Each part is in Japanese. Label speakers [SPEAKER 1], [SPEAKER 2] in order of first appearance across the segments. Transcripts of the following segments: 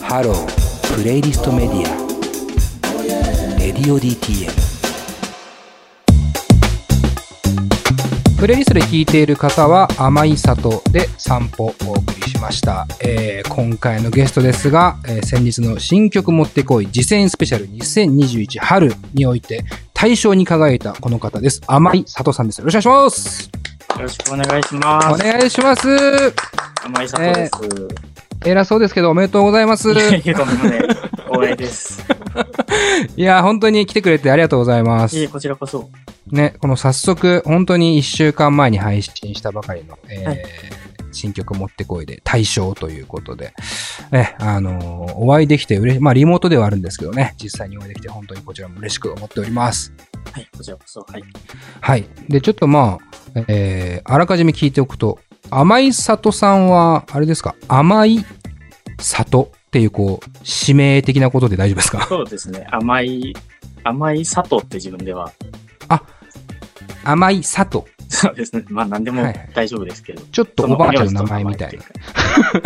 [SPEAKER 1] ハロープレイリストメディアレディオ DTM プレイリストで聴いている方は「甘い里」で散歩をお送りしました、えー今回のゲストですが、えー先日の新曲「持ってこい」実践スペシャル2021春において大賞に輝いたこの方です甘い里さんですよろしくお願いします
[SPEAKER 2] よろしくお願いしま
[SPEAKER 1] お
[SPEAKER 2] す。
[SPEAKER 1] 願いします
[SPEAKER 2] 甘いさとです。
[SPEAKER 1] 偉そうですけどおめでとうございます
[SPEAKER 2] いやいや、とんでもない。光 栄です。
[SPEAKER 1] いや、本当に来てくれてありがとうございま
[SPEAKER 2] いえいえ、
[SPEAKER 1] す。
[SPEAKER 2] こちらこそ。
[SPEAKER 1] ね、この早速、本当に1週間前に配信したばかりの、えー
[SPEAKER 2] はい
[SPEAKER 1] 新曲持ってこいで大賞ということで、ね、あのーお会いできて嬉しい、まあリモートではあるんですけどね、実際にお会いできて本当にこちらも嬉しく思っております。
[SPEAKER 2] はい、こちらこそ。はい。
[SPEAKER 1] はい。で、ちょっとまあ、えーあらかじめ聞いておくと、甘い里さんは、あれですか、甘い里っていうこう、指名的なことで大丈夫ですか
[SPEAKER 2] そうですね。甘い、甘い佐藤って自分では、
[SPEAKER 1] 甘い里。
[SPEAKER 2] そうですね。まあ、なんでも
[SPEAKER 1] はいはい
[SPEAKER 2] 大丈夫ですけど。
[SPEAKER 1] ちょっと
[SPEAKER 2] その
[SPEAKER 1] おばあちゃんの名前みたいな。。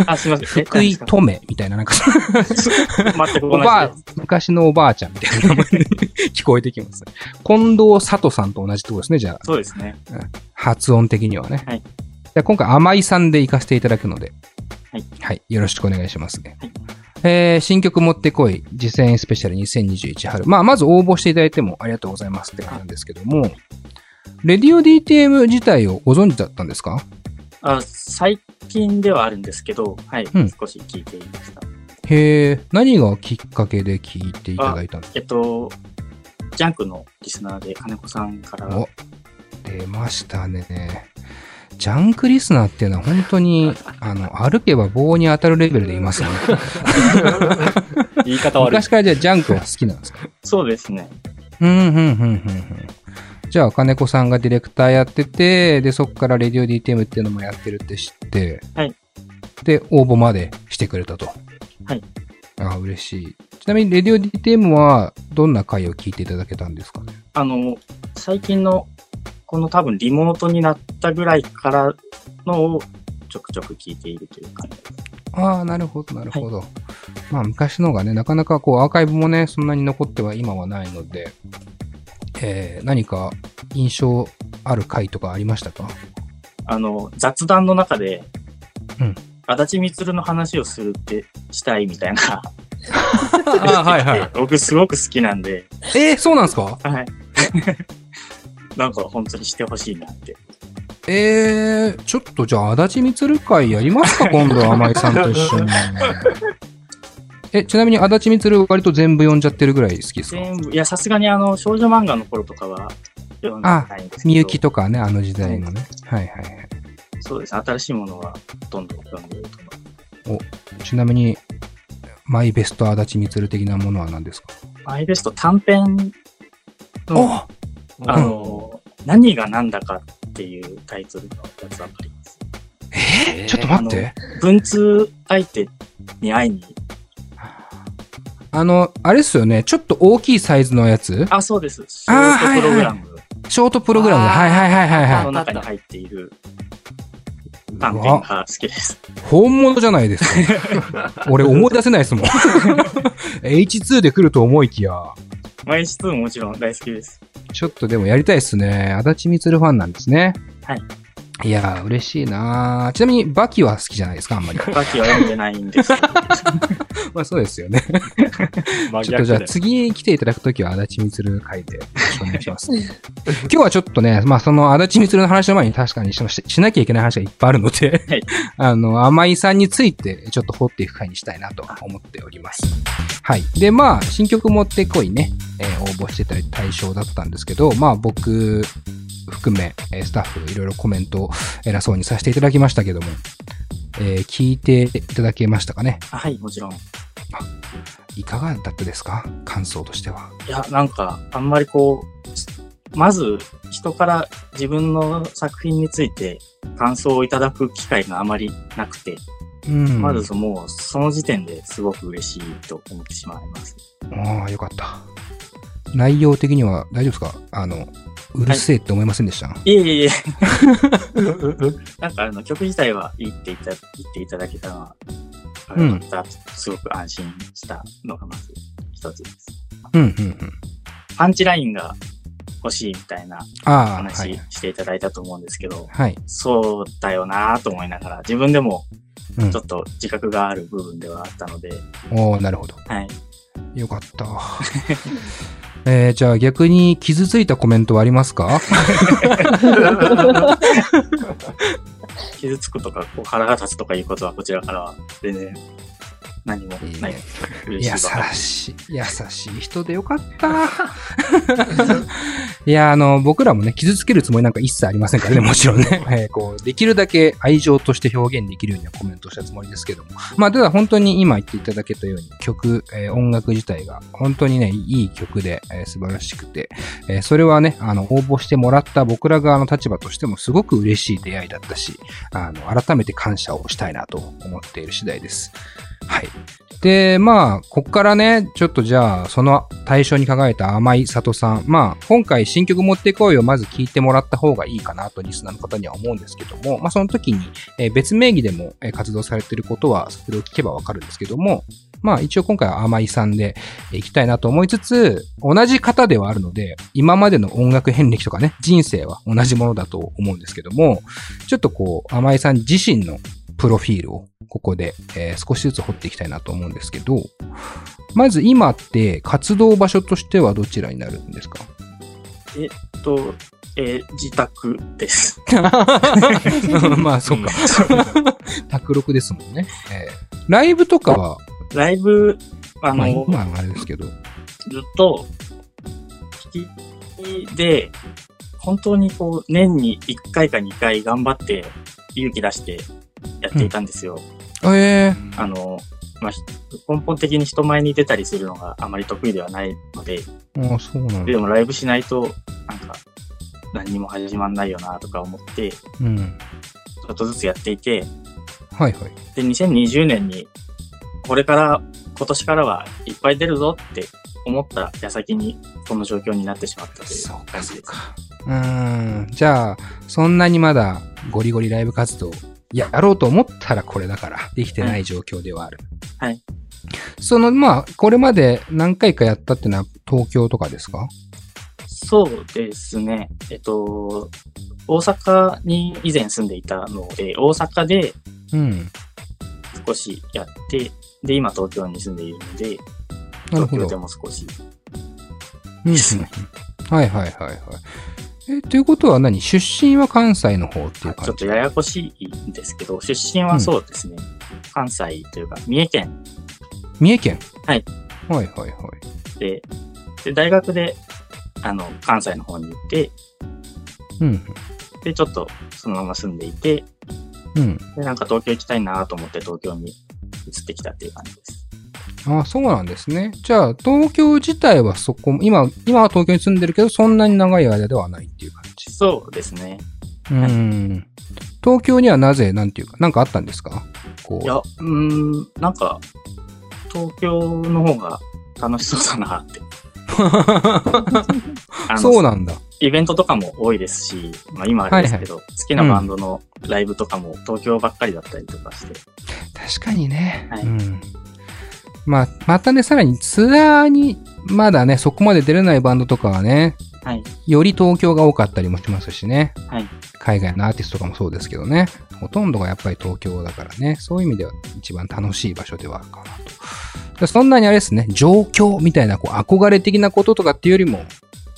[SPEAKER 2] あ、すみません。え
[SPEAKER 1] 福井。とめみたいな、なんか、
[SPEAKER 2] 何ですか全く
[SPEAKER 1] お
[SPEAKER 2] 同じ
[SPEAKER 1] ばあ
[SPEAKER 2] です。、
[SPEAKER 1] 昔のおばあちゃんみたいな名前に聞こえてきます。近藤里さんと同じってことですね、じゃあ、
[SPEAKER 2] そうですね。
[SPEAKER 1] 発音的にはね。
[SPEAKER 2] はい
[SPEAKER 1] じゃあ今回、甘いさんで行かせていただくので、
[SPEAKER 2] はい。
[SPEAKER 1] よろしくお願いしますね。
[SPEAKER 2] はい
[SPEAKER 1] えー新曲持ってこい、実践スペシャル2021春。まあ、まず応募していただいてもありがとうございますって感じなんですけども、レディオ DTM 自体をご存知だったんですか
[SPEAKER 2] あ、最近ではあるんですけど、はい、
[SPEAKER 1] うん
[SPEAKER 2] 少し聞いていました。
[SPEAKER 1] へえ、何がきっかけで聞いていただいたんですか
[SPEAKER 2] えっと、ジャンクのリスナーで金子さんから、
[SPEAKER 1] お出ましたね。ジャンクリスナーっていうのは本当 にあの歩けば棒に当たるレベルでいますね。
[SPEAKER 3] 言い方悪い
[SPEAKER 1] 昔。からじゃあジャンクは好きなんですか
[SPEAKER 2] そうですね。
[SPEAKER 1] うんうんうんうんうん。じゃあ金子さんがディレクターやっててでそこからレディオ DTM っていうのもやってるって知って、
[SPEAKER 2] はい
[SPEAKER 1] で応募までしてくれたと。
[SPEAKER 2] はい。
[SPEAKER 1] ああ嬉しい。ちなみにレディオ DTM はどんな回を聞いていただけたんですかね
[SPEAKER 2] あの、最近の、この多分リモートになったぐらいからのをちょくちょく聞いているという感じです。
[SPEAKER 1] ああ、なるほど、なるほど。まあ、昔のがね、なかなかこう、アーカイブもね、そんなに残っては今はないので、えー何か印象ある回とかありましたか
[SPEAKER 2] あの、雑談の中で、
[SPEAKER 1] うん
[SPEAKER 2] 足立みつるの話をするって、したいみたいな。
[SPEAKER 1] ああ、はいはい。
[SPEAKER 2] 僕すごく好きなんで、
[SPEAKER 1] えー、そうなんですか
[SPEAKER 2] はい。 なんか本当にしてほしいなって。
[SPEAKER 1] えー、ちょっとじゃあ、足立みつる会やります か今度、甘井さんと一緒に。え、ちなみに足立みつる割と全部読んじゃってるぐらい好きですか
[SPEAKER 2] 全部、いや、さすがにあの、少女漫画の頃とかは読んでないんですけど。
[SPEAKER 1] みゆきとかね、あの時代のね。はいはいはい。
[SPEAKER 2] そうですね。新しいものはどんどん読んでると思います。
[SPEAKER 1] ちなみに、マイベスト足立みつる的なものは何ですか
[SPEAKER 2] マイベスト短編の
[SPEAKER 1] お
[SPEAKER 2] あの、何が何だかっていうタイトルのやつわかります。
[SPEAKER 1] えーちょっと待って。
[SPEAKER 2] 文通相手に会いに。
[SPEAKER 1] あの、あれっすよね。ちょっと大きいサイズのやつ
[SPEAKER 2] あ、そうです。ショ
[SPEAKER 1] あー
[SPEAKER 2] ートプログラム
[SPEAKER 1] ショートプログラムだ。
[SPEAKER 3] あー
[SPEAKER 1] はいはいはいはい
[SPEAKER 2] の
[SPEAKER 1] は
[SPEAKER 2] 中に入っている短編が好きです。
[SPEAKER 1] い。本物じゃないですか。俺思い出せないですもん。H2 で来ると思いきや。
[SPEAKER 2] 毎日ももちろん大好きです。
[SPEAKER 1] ちょっとでもやりたいっすね。足立みつるファンなんですね。。
[SPEAKER 2] はい
[SPEAKER 1] いやー、嬉しいなーちなみに、バキは好きじゃないですか、あんまり。
[SPEAKER 2] バキは読んでないんですけ ど。
[SPEAKER 1] まあそうですよね。
[SPEAKER 3] 真
[SPEAKER 1] ちょっと
[SPEAKER 3] 逆
[SPEAKER 1] じゃあ
[SPEAKER 3] だよ。
[SPEAKER 1] 次来ていただくときは足立みつる会でよろしくお願いします。今日はちょっとね、まあその足立みつるの話の前に確かにしししなきゃいけない話がいっぱいあるので、
[SPEAKER 2] はい
[SPEAKER 1] あの、甘井さんについてちょっと掘っていく会にしたいなと思っております。はい。で、まあ、新曲持ってこいね、えー応募してた対象だったんですけど、まあ僕含め、えースタッフいろいろコメントを偉そうにさせていただきましたけども、えー聞いていただけましたかね
[SPEAKER 2] あはい、もちろん。い
[SPEAKER 1] いかがだったですか感想としては。
[SPEAKER 2] や、なんか、あんまりこう、まず人から自分の作品について感想をいただく機会があまりなくて、
[SPEAKER 1] うん
[SPEAKER 2] まずそもうその時点ですごく嬉しいと思ってしまいます。
[SPEAKER 1] ああ、よかった。内容的には大丈夫ですかあの、うるせえって思いませんでした、
[SPEAKER 2] いえいえいえ、なんかあの曲自体はいいっていた言っていただけたのはあ
[SPEAKER 1] うん
[SPEAKER 2] よかった、すごく安心したのがまず一つです。
[SPEAKER 1] うん、うん、うん。
[SPEAKER 2] パンチラインが欲しいみたいな
[SPEAKER 1] ああ、は
[SPEAKER 2] 話
[SPEAKER 1] い。
[SPEAKER 2] していただいたと思うんですけど、
[SPEAKER 1] はい。
[SPEAKER 2] そうだよなぁと思いながら、自分でも
[SPEAKER 1] うん
[SPEAKER 2] ちょ、っと自覚がある部分ではあったので、
[SPEAKER 1] おーなるほど。
[SPEAKER 2] はい。
[SPEAKER 1] よかっ た。えー、じゃあ逆に傷ついたコメントはありますか
[SPEAKER 2] 傷つくとか、こう腹が立つとかいうことは、こちらからは全然何もない。
[SPEAKER 1] 優
[SPEAKER 2] 嬉しいばかり
[SPEAKER 1] しい、優しい人でよか った。いや、あの、僕らもね、傷つけるつもりなんか一切ありませんからね、もちろん ね。えーこう、できるだけ愛情として表現できるようにはコメントしたつもりですけども。まあ、ただ本当に今言っていただけたように、曲、えー音楽自体が本当にね、いい曲で、えー素晴らしくて、えーそれはね、あの、応募してもらった僕ら側の立場としてもすごく嬉しい出会いだったし、あの、改めて感謝をしたいなと思っている次第です。はい。で、まあ、こっからね、ちょっとじゃあ、その対象に輝いた甘い里さん。まあ、今回新曲持ってこいをまず聞いてもらった方がいいかなとリスナーの方には思うんですけども、まあ、その時に、えー別名義でもえー活動されてることは、それを聞けばわかるんですけども、まあ、一応今回は甘いさんでえーいきたいなと思いつつ、同じ方ではあるので、今までの音楽遍歴とかね、人生は同じものだと思うんですけども、ちょっとこう、甘いさん自身のプロフィールをここで、えー少しずつ掘っていきたいなと思うんですけど、まず今って活動場所としてはどちらになるんですか
[SPEAKER 2] と、えー自宅です。
[SPEAKER 1] まあそっか。
[SPEAKER 2] うん。
[SPEAKER 1] 卓録ですもんね。えーライブとかは、
[SPEAKER 2] ライブ、あ
[SPEAKER 1] まあ
[SPEAKER 2] の、
[SPEAKER 1] 今はあれですけど、
[SPEAKER 2] ずっと、引きで、本当にこう、年に1回か2回頑張って、勇気出してやっていたんですよ。
[SPEAKER 1] えー
[SPEAKER 2] あの、まあ、ひ根本的に人前に出たりするのがあまり得意ではないので、
[SPEAKER 1] ああ、そうなんだ
[SPEAKER 2] で。もライブしないと、なんか、何にも始まんないよなとか思って、ち
[SPEAKER 1] うん。
[SPEAKER 2] ょっとずつやっていて、
[SPEAKER 1] はいはい。
[SPEAKER 2] で、2020年に、これから、今年からはいっぱい出るぞって思った矢先に、この状況になってしまったという
[SPEAKER 1] そう
[SPEAKER 2] 感
[SPEAKER 1] か
[SPEAKER 2] じ
[SPEAKER 1] そ
[SPEAKER 2] で
[SPEAKER 1] う
[SPEAKER 2] す。
[SPEAKER 1] か。うーん。じゃあ、そんなにまだゴリゴリライブ活動、いや、やろうと思ったらこれだから、できてない状況ではある。
[SPEAKER 2] はい。
[SPEAKER 1] その、まあ、これまで何回かやったってのは東京とかですか
[SPEAKER 2] そうですね。えっと、大阪に以前住んでいたので、大阪で
[SPEAKER 1] うん。
[SPEAKER 2] 少しやって、で、今東京に住んでいるので、
[SPEAKER 1] なる
[SPEAKER 2] 東
[SPEAKER 1] ほ
[SPEAKER 2] 京
[SPEAKER 1] ど。
[SPEAKER 2] でも少し。
[SPEAKER 1] うんうんうんはいはいはいはい。え、ということは何出身は関西の方っていう
[SPEAKER 2] ちょ
[SPEAKER 1] 感
[SPEAKER 2] っ
[SPEAKER 1] じ
[SPEAKER 2] とややこしいんですけど、出身はそうですね。関西というか、三重県
[SPEAKER 1] 三重県
[SPEAKER 2] はい。
[SPEAKER 1] はいはいはい。
[SPEAKER 2] で、で、大学で、あの、関西の方に行って、
[SPEAKER 1] うん。
[SPEAKER 2] で、ちょっとそのまま住んでいて、
[SPEAKER 1] うん。
[SPEAKER 2] で、なんか東京行きたいなと思って東京に移ってきたっていう感じです。
[SPEAKER 1] あそうなんですね。じゃあ、東京自体はそこ、今、今は東京に住んでるけど、そんなに長い間ではないっていう感じ。
[SPEAKER 2] そうですね。
[SPEAKER 1] うん。東京にはなぜ、なんていうか、なんかあったんですかこ。
[SPEAKER 2] いうや、うーん、なんか、東京の方が楽しそうだなって。 あ の
[SPEAKER 1] そうなんだ。
[SPEAKER 2] イベントとかも多いですし、まあ今あれですけど、好きなバンドのライブとかも東京ばっかりだったりとかして、
[SPEAKER 1] 確かにね。
[SPEAKER 2] はい
[SPEAKER 1] うん。まあ、またね、さらにツアーに、まだね、そこまで出れないバンドとかはね、
[SPEAKER 2] はい。
[SPEAKER 1] より東京が多かったりもしますしね。
[SPEAKER 2] はい
[SPEAKER 1] 海外のアーティストとかもそうですけどね。ほとんどがやっぱり東京だからね。そういう意味では一番楽しい場所ではあるかなと。でそんなにあれですね、状況みたいな、こう、憧れ的なこととかっていうよりも、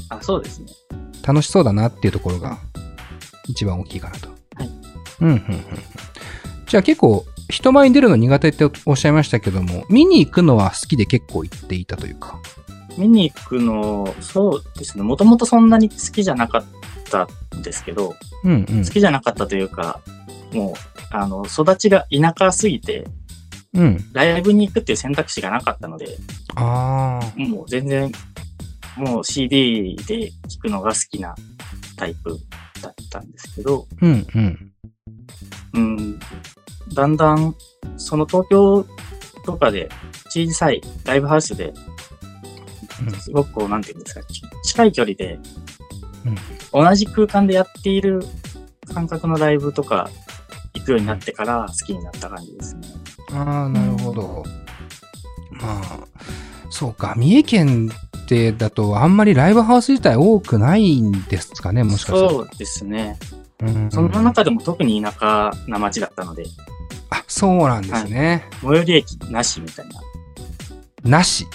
[SPEAKER 2] あ、そうですね。
[SPEAKER 1] 楽しそうだなっていうところが一番大きいかなと。
[SPEAKER 2] はい
[SPEAKER 1] うんうんうんうん。じゃあ結構人前に出るの苦手っておっしゃいましたけども、見に行くのは好きで結構行っていたというか。
[SPEAKER 2] 見に行くの、そうですね。もともとそんなに好きじゃなかったんですけど、
[SPEAKER 1] うんうん
[SPEAKER 2] 好。きじゃなかったというか、もう、あの、育ちが田舎すぎて、
[SPEAKER 1] うん。
[SPEAKER 2] ライブに行くっていう選択肢がなかったので、
[SPEAKER 1] ああ。
[SPEAKER 2] もう全然、もう CD で聴くのが好きなタイプだったんですけど、
[SPEAKER 1] うんうん。
[SPEAKER 2] うん、だんだん、その東京とかで小さいライブハウスで
[SPEAKER 1] うん、
[SPEAKER 2] すごくこう、なんていうんですか、ち近い距離で
[SPEAKER 1] うん、
[SPEAKER 2] 同じ空間でやっている感覚のライブとか行くようになってから好きになった感じですね。
[SPEAKER 1] ああ、なるほど。まあ、そうか。三重県ってだと、あんまりライブハウス自体多くないんですかね、もしかしたら。
[SPEAKER 2] そうですね。
[SPEAKER 1] うん
[SPEAKER 2] その中でも特に田舎な町だったので、
[SPEAKER 1] あ、そうなんですね。
[SPEAKER 2] 最寄り駅なしみたいな。
[SPEAKER 1] な し。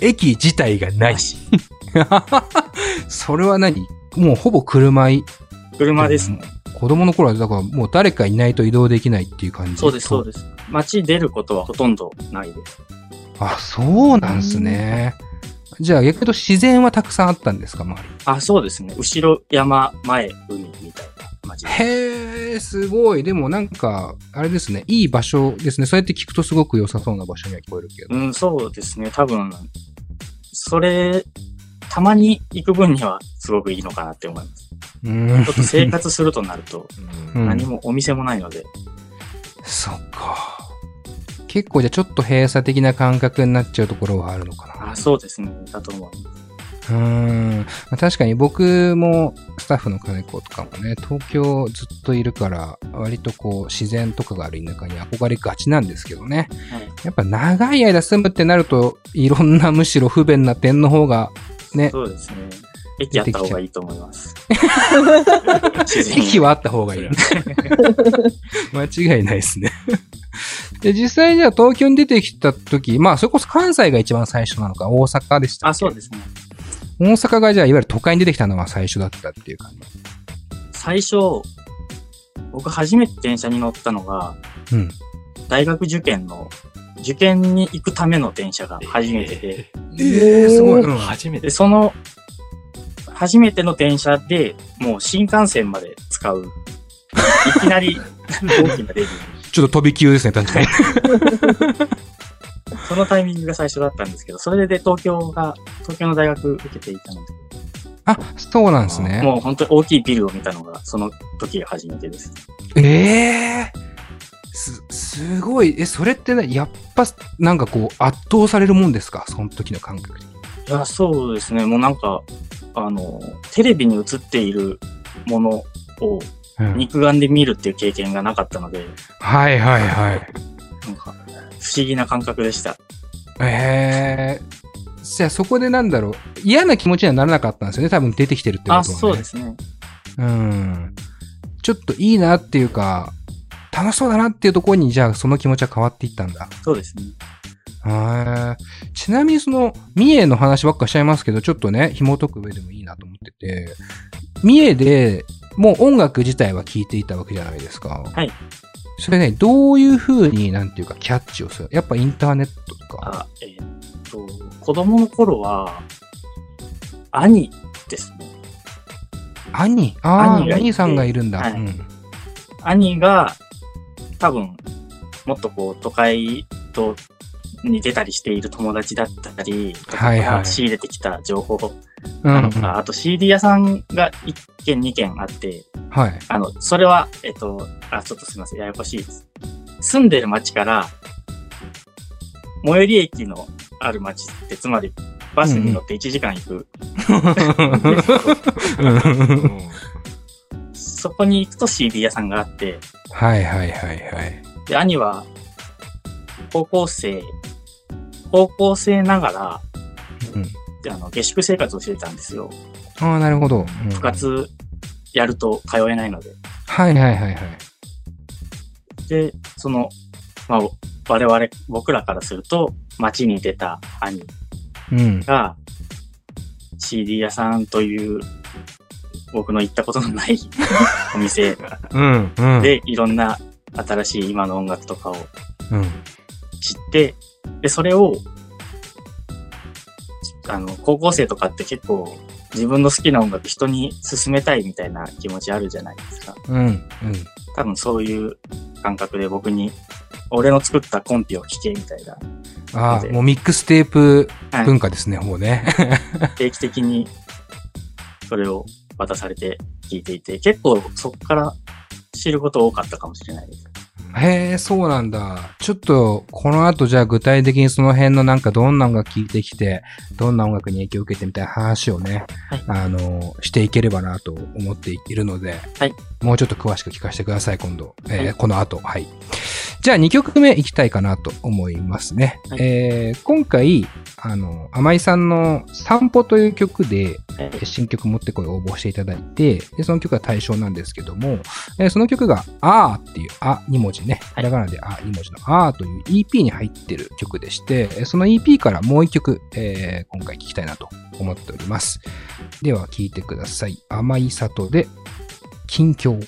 [SPEAKER 1] 駅自体がない
[SPEAKER 2] な。し。
[SPEAKER 1] それは何もうほぼ車い、
[SPEAKER 2] 車ですね。
[SPEAKER 1] 子供の頃は、だからもう誰かいないと移動できないっていう感じ。
[SPEAKER 2] そうです、そう
[SPEAKER 1] で
[SPEAKER 2] です。街出ることはほとんどないです。
[SPEAKER 1] す。あ、そうなんですね。じゃあ、逆に言うと自然はたくさんあったんですか、周りに。
[SPEAKER 2] あ、そうですね。後ろ、山、前、海みたいな街です。
[SPEAKER 1] へえ、すごい。でもなんか、あれですね、いい場所ですね。そうやって聞くとすごく良さそうな場所には聞こえるけど。
[SPEAKER 2] うん、そうですね。多分、それ、たまに行く分にはすごくいいのかなって思 います。
[SPEAKER 1] うん
[SPEAKER 2] ちょっと生活するとなると、
[SPEAKER 1] うん
[SPEAKER 2] 何もお店もないので、
[SPEAKER 1] そっか。結構じゃあちょっと閉鎖的な感覚になっちゃうところはあるのかな
[SPEAKER 2] あ、。そうですね。だと思う。
[SPEAKER 1] うーん。確かに僕もスタッフの金子とかもね、東京ずっといるから、割とこう自然とかがある田舎に憧れがちなんですけどね。
[SPEAKER 2] はい
[SPEAKER 1] やっぱ長い間住むってなると、いろんなむしろ不便な点の方が、ね、
[SPEAKER 2] そうですね。駅あった方がいいと思います。自然
[SPEAKER 1] 駅はあった方がいい。 間違いないですね。 で、実際じゃあ東京に出てきた時、まあそれこそ関西が一番最初なのか、大阪でしたっけ
[SPEAKER 2] あ、そうですね。
[SPEAKER 1] 大阪がじゃあいわゆる都会に出てきたのは最初だったっていう感
[SPEAKER 2] 最初、僕初めて電車に乗ったのが、
[SPEAKER 1] じ。うん。
[SPEAKER 2] 大学受験の、受験に行くための電車が初めてで、
[SPEAKER 1] ええすごい。うん
[SPEAKER 3] 初めて
[SPEAKER 2] で、。その、初めての電車で、もう新幹線まで使う。いきな り大きなデビュー。
[SPEAKER 1] ちょっと飛び級ですね、確かに。
[SPEAKER 2] そのタイミングが最初だったんですけど、それで東京が、東京の大学受けていたので、
[SPEAKER 1] あ、そうなんですね。
[SPEAKER 2] もう本当に大きいビルを見たのが、その時が初めてです。
[SPEAKER 1] ええす、すごい。え、それってね、やっぱ、なんかこう、圧倒されるもんですかその時の感覚に。
[SPEAKER 2] いや、そうですね。もうなんか、あの、テレビに映っているものを
[SPEAKER 1] うん
[SPEAKER 2] 肉眼で見るっていう経験がなかったので、
[SPEAKER 1] はいはいはい。
[SPEAKER 2] なんか、不思議な感覚でした。
[SPEAKER 1] ええじゃあそこでなんだろう。嫌な気持ちにはならなかったんですよね。多分出てきてるってことは、
[SPEAKER 2] あ、
[SPEAKER 1] ね。
[SPEAKER 2] そうですね。
[SPEAKER 1] うん。ちょっといいなっていうか、楽しそうだなっていうところに、じゃあその気持ちは変わっていったんだ。
[SPEAKER 2] そうですね。
[SPEAKER 1] へえちなみにその、三重の話ばっかしちゃいますけど、ちょっとね、紐解く上でもいいなと思ってて、三重でもう音楽自体は聴いていたわけじゃないですか。
[SPEAKER 2] はい。
[SPEAKER 1] それね、どういう風になんていうかキャッチをするやっぱインターネットとか。
[SPEAKER 2] あ、えーっと、子供の頃は、兄ですね。
[SPEAKER 1] 兄あ
[SPEAKER 2] 兄
[SPEAKER 1] ー
[SPEAKER 2] がいて
[SPEAKER 1] 兄さんがいるんだ。
[SPEAKER 2] はい
[SPEAKER 1] うん。
[SPEAKER 2] 兄が、多分、もっとこう、都会と、に出たりしている友達だったり、
[SPEAKER 1] はいはい
[SPEAKER 2] 仕入れてきた情報
[SPEAKER 1] うん、
[SPEAKER 2] な
[SPEAKER 1] う
[SPEAKER 2] の
[SPEAKER 1] ん。
[SPEAKER 2] か、あと CD 屋さんが1軒2軒あって、
[SPEAKER 1] はい。
[SPEAKER 2] あの、それは、えっと、あ、ちょっとすみません、ややこしいです。住んでる町から、最寄り駅のある町って、つまり、バスに乗って1時間行く。
[SPEAKER 1] うん
[SPEAKER 2] そこに行くと CD 屋さんがあって、
[SPEAKER 1] はいはいはいはい。
[SPEAKER 2] で、兄は、高校生、高校生ながら、
[SPEAKER 1] うん
[SPEAKER 2] であの、下宿生活をしてたんですよ。
[SPEAKER 1] ああ、なるほど。うん
[SPEAKER 2] 部活やると通えないので。
[SPEAKER 1] はいはいはいはい。
[SPEAKER 2] で、その、まあ、我々、僕らからすると、町に出た兄
[SPEAKER 1] うん。
[SPEAKER 2] が CD 屋さんという僕の行ったことのないお店
[SPEAKER 1] うん。うん。
[SPEAKER 2] でいろんな新しい今の音楽とかを
[SPEAKER 1] うん、
[SPEAKER 2] 知って、で、それを、あの、高校生とかって結構自分の好きな音楽人に勧めたいみたいな気持ちあるじゃないですか。
[SPEAKER 1] うん。うん。
[SPEAKER 2] 多分そういう感覚で僕に、俺の作ったコンピを聴けみたいな、
[SPEAKER 1] ああ、もうミックステープ
[SPEAKER 2] はい
[SPEAKER 1] 文化ですね、もうね。
[SPEAKER 2] 定期的にそれを渡されて聞いていて、結構そこから知ること多かったかもしれないです。
[SPEAKER 1] へえ、そうなんだ。ちょっと、この後じゃあ具体的にその辺のなんかどんな音楽聴いてきて、どんな音楽に影響を受けてみたいな話をね、
[SPEAKER 2] はい
[SPEAKER 1] あの、していければなと思っているので、
[SPEAKER 2] はい
[SPEAKER 1] もうちょっと詳しく聞かせてください、今度。えー
[SPEAKER 2] はい
[SPEAKER 1] この後、はい。じゃあ2曲目いきたいかなと思いますね。
[SPEAKER 2] はい
[SPEAKER 1] えー今回、あの、甘井さんの散歩という曲で、
[SPEAKER 2] はい
[SPEAKER 1] 新曲持ってこい応募していただいて、でその曲が対象なんですけども、えーその曲が、あーっていう、あ2文字ね、ひ
[SPEAKER 2] はい
[SPEAKER 1] らがなであ2文字のあーという EP に入ってる曲でして、えーその EP からもう1曲、えー今回聴きたいなと思っております。では聴いてください。甘い里で、近況。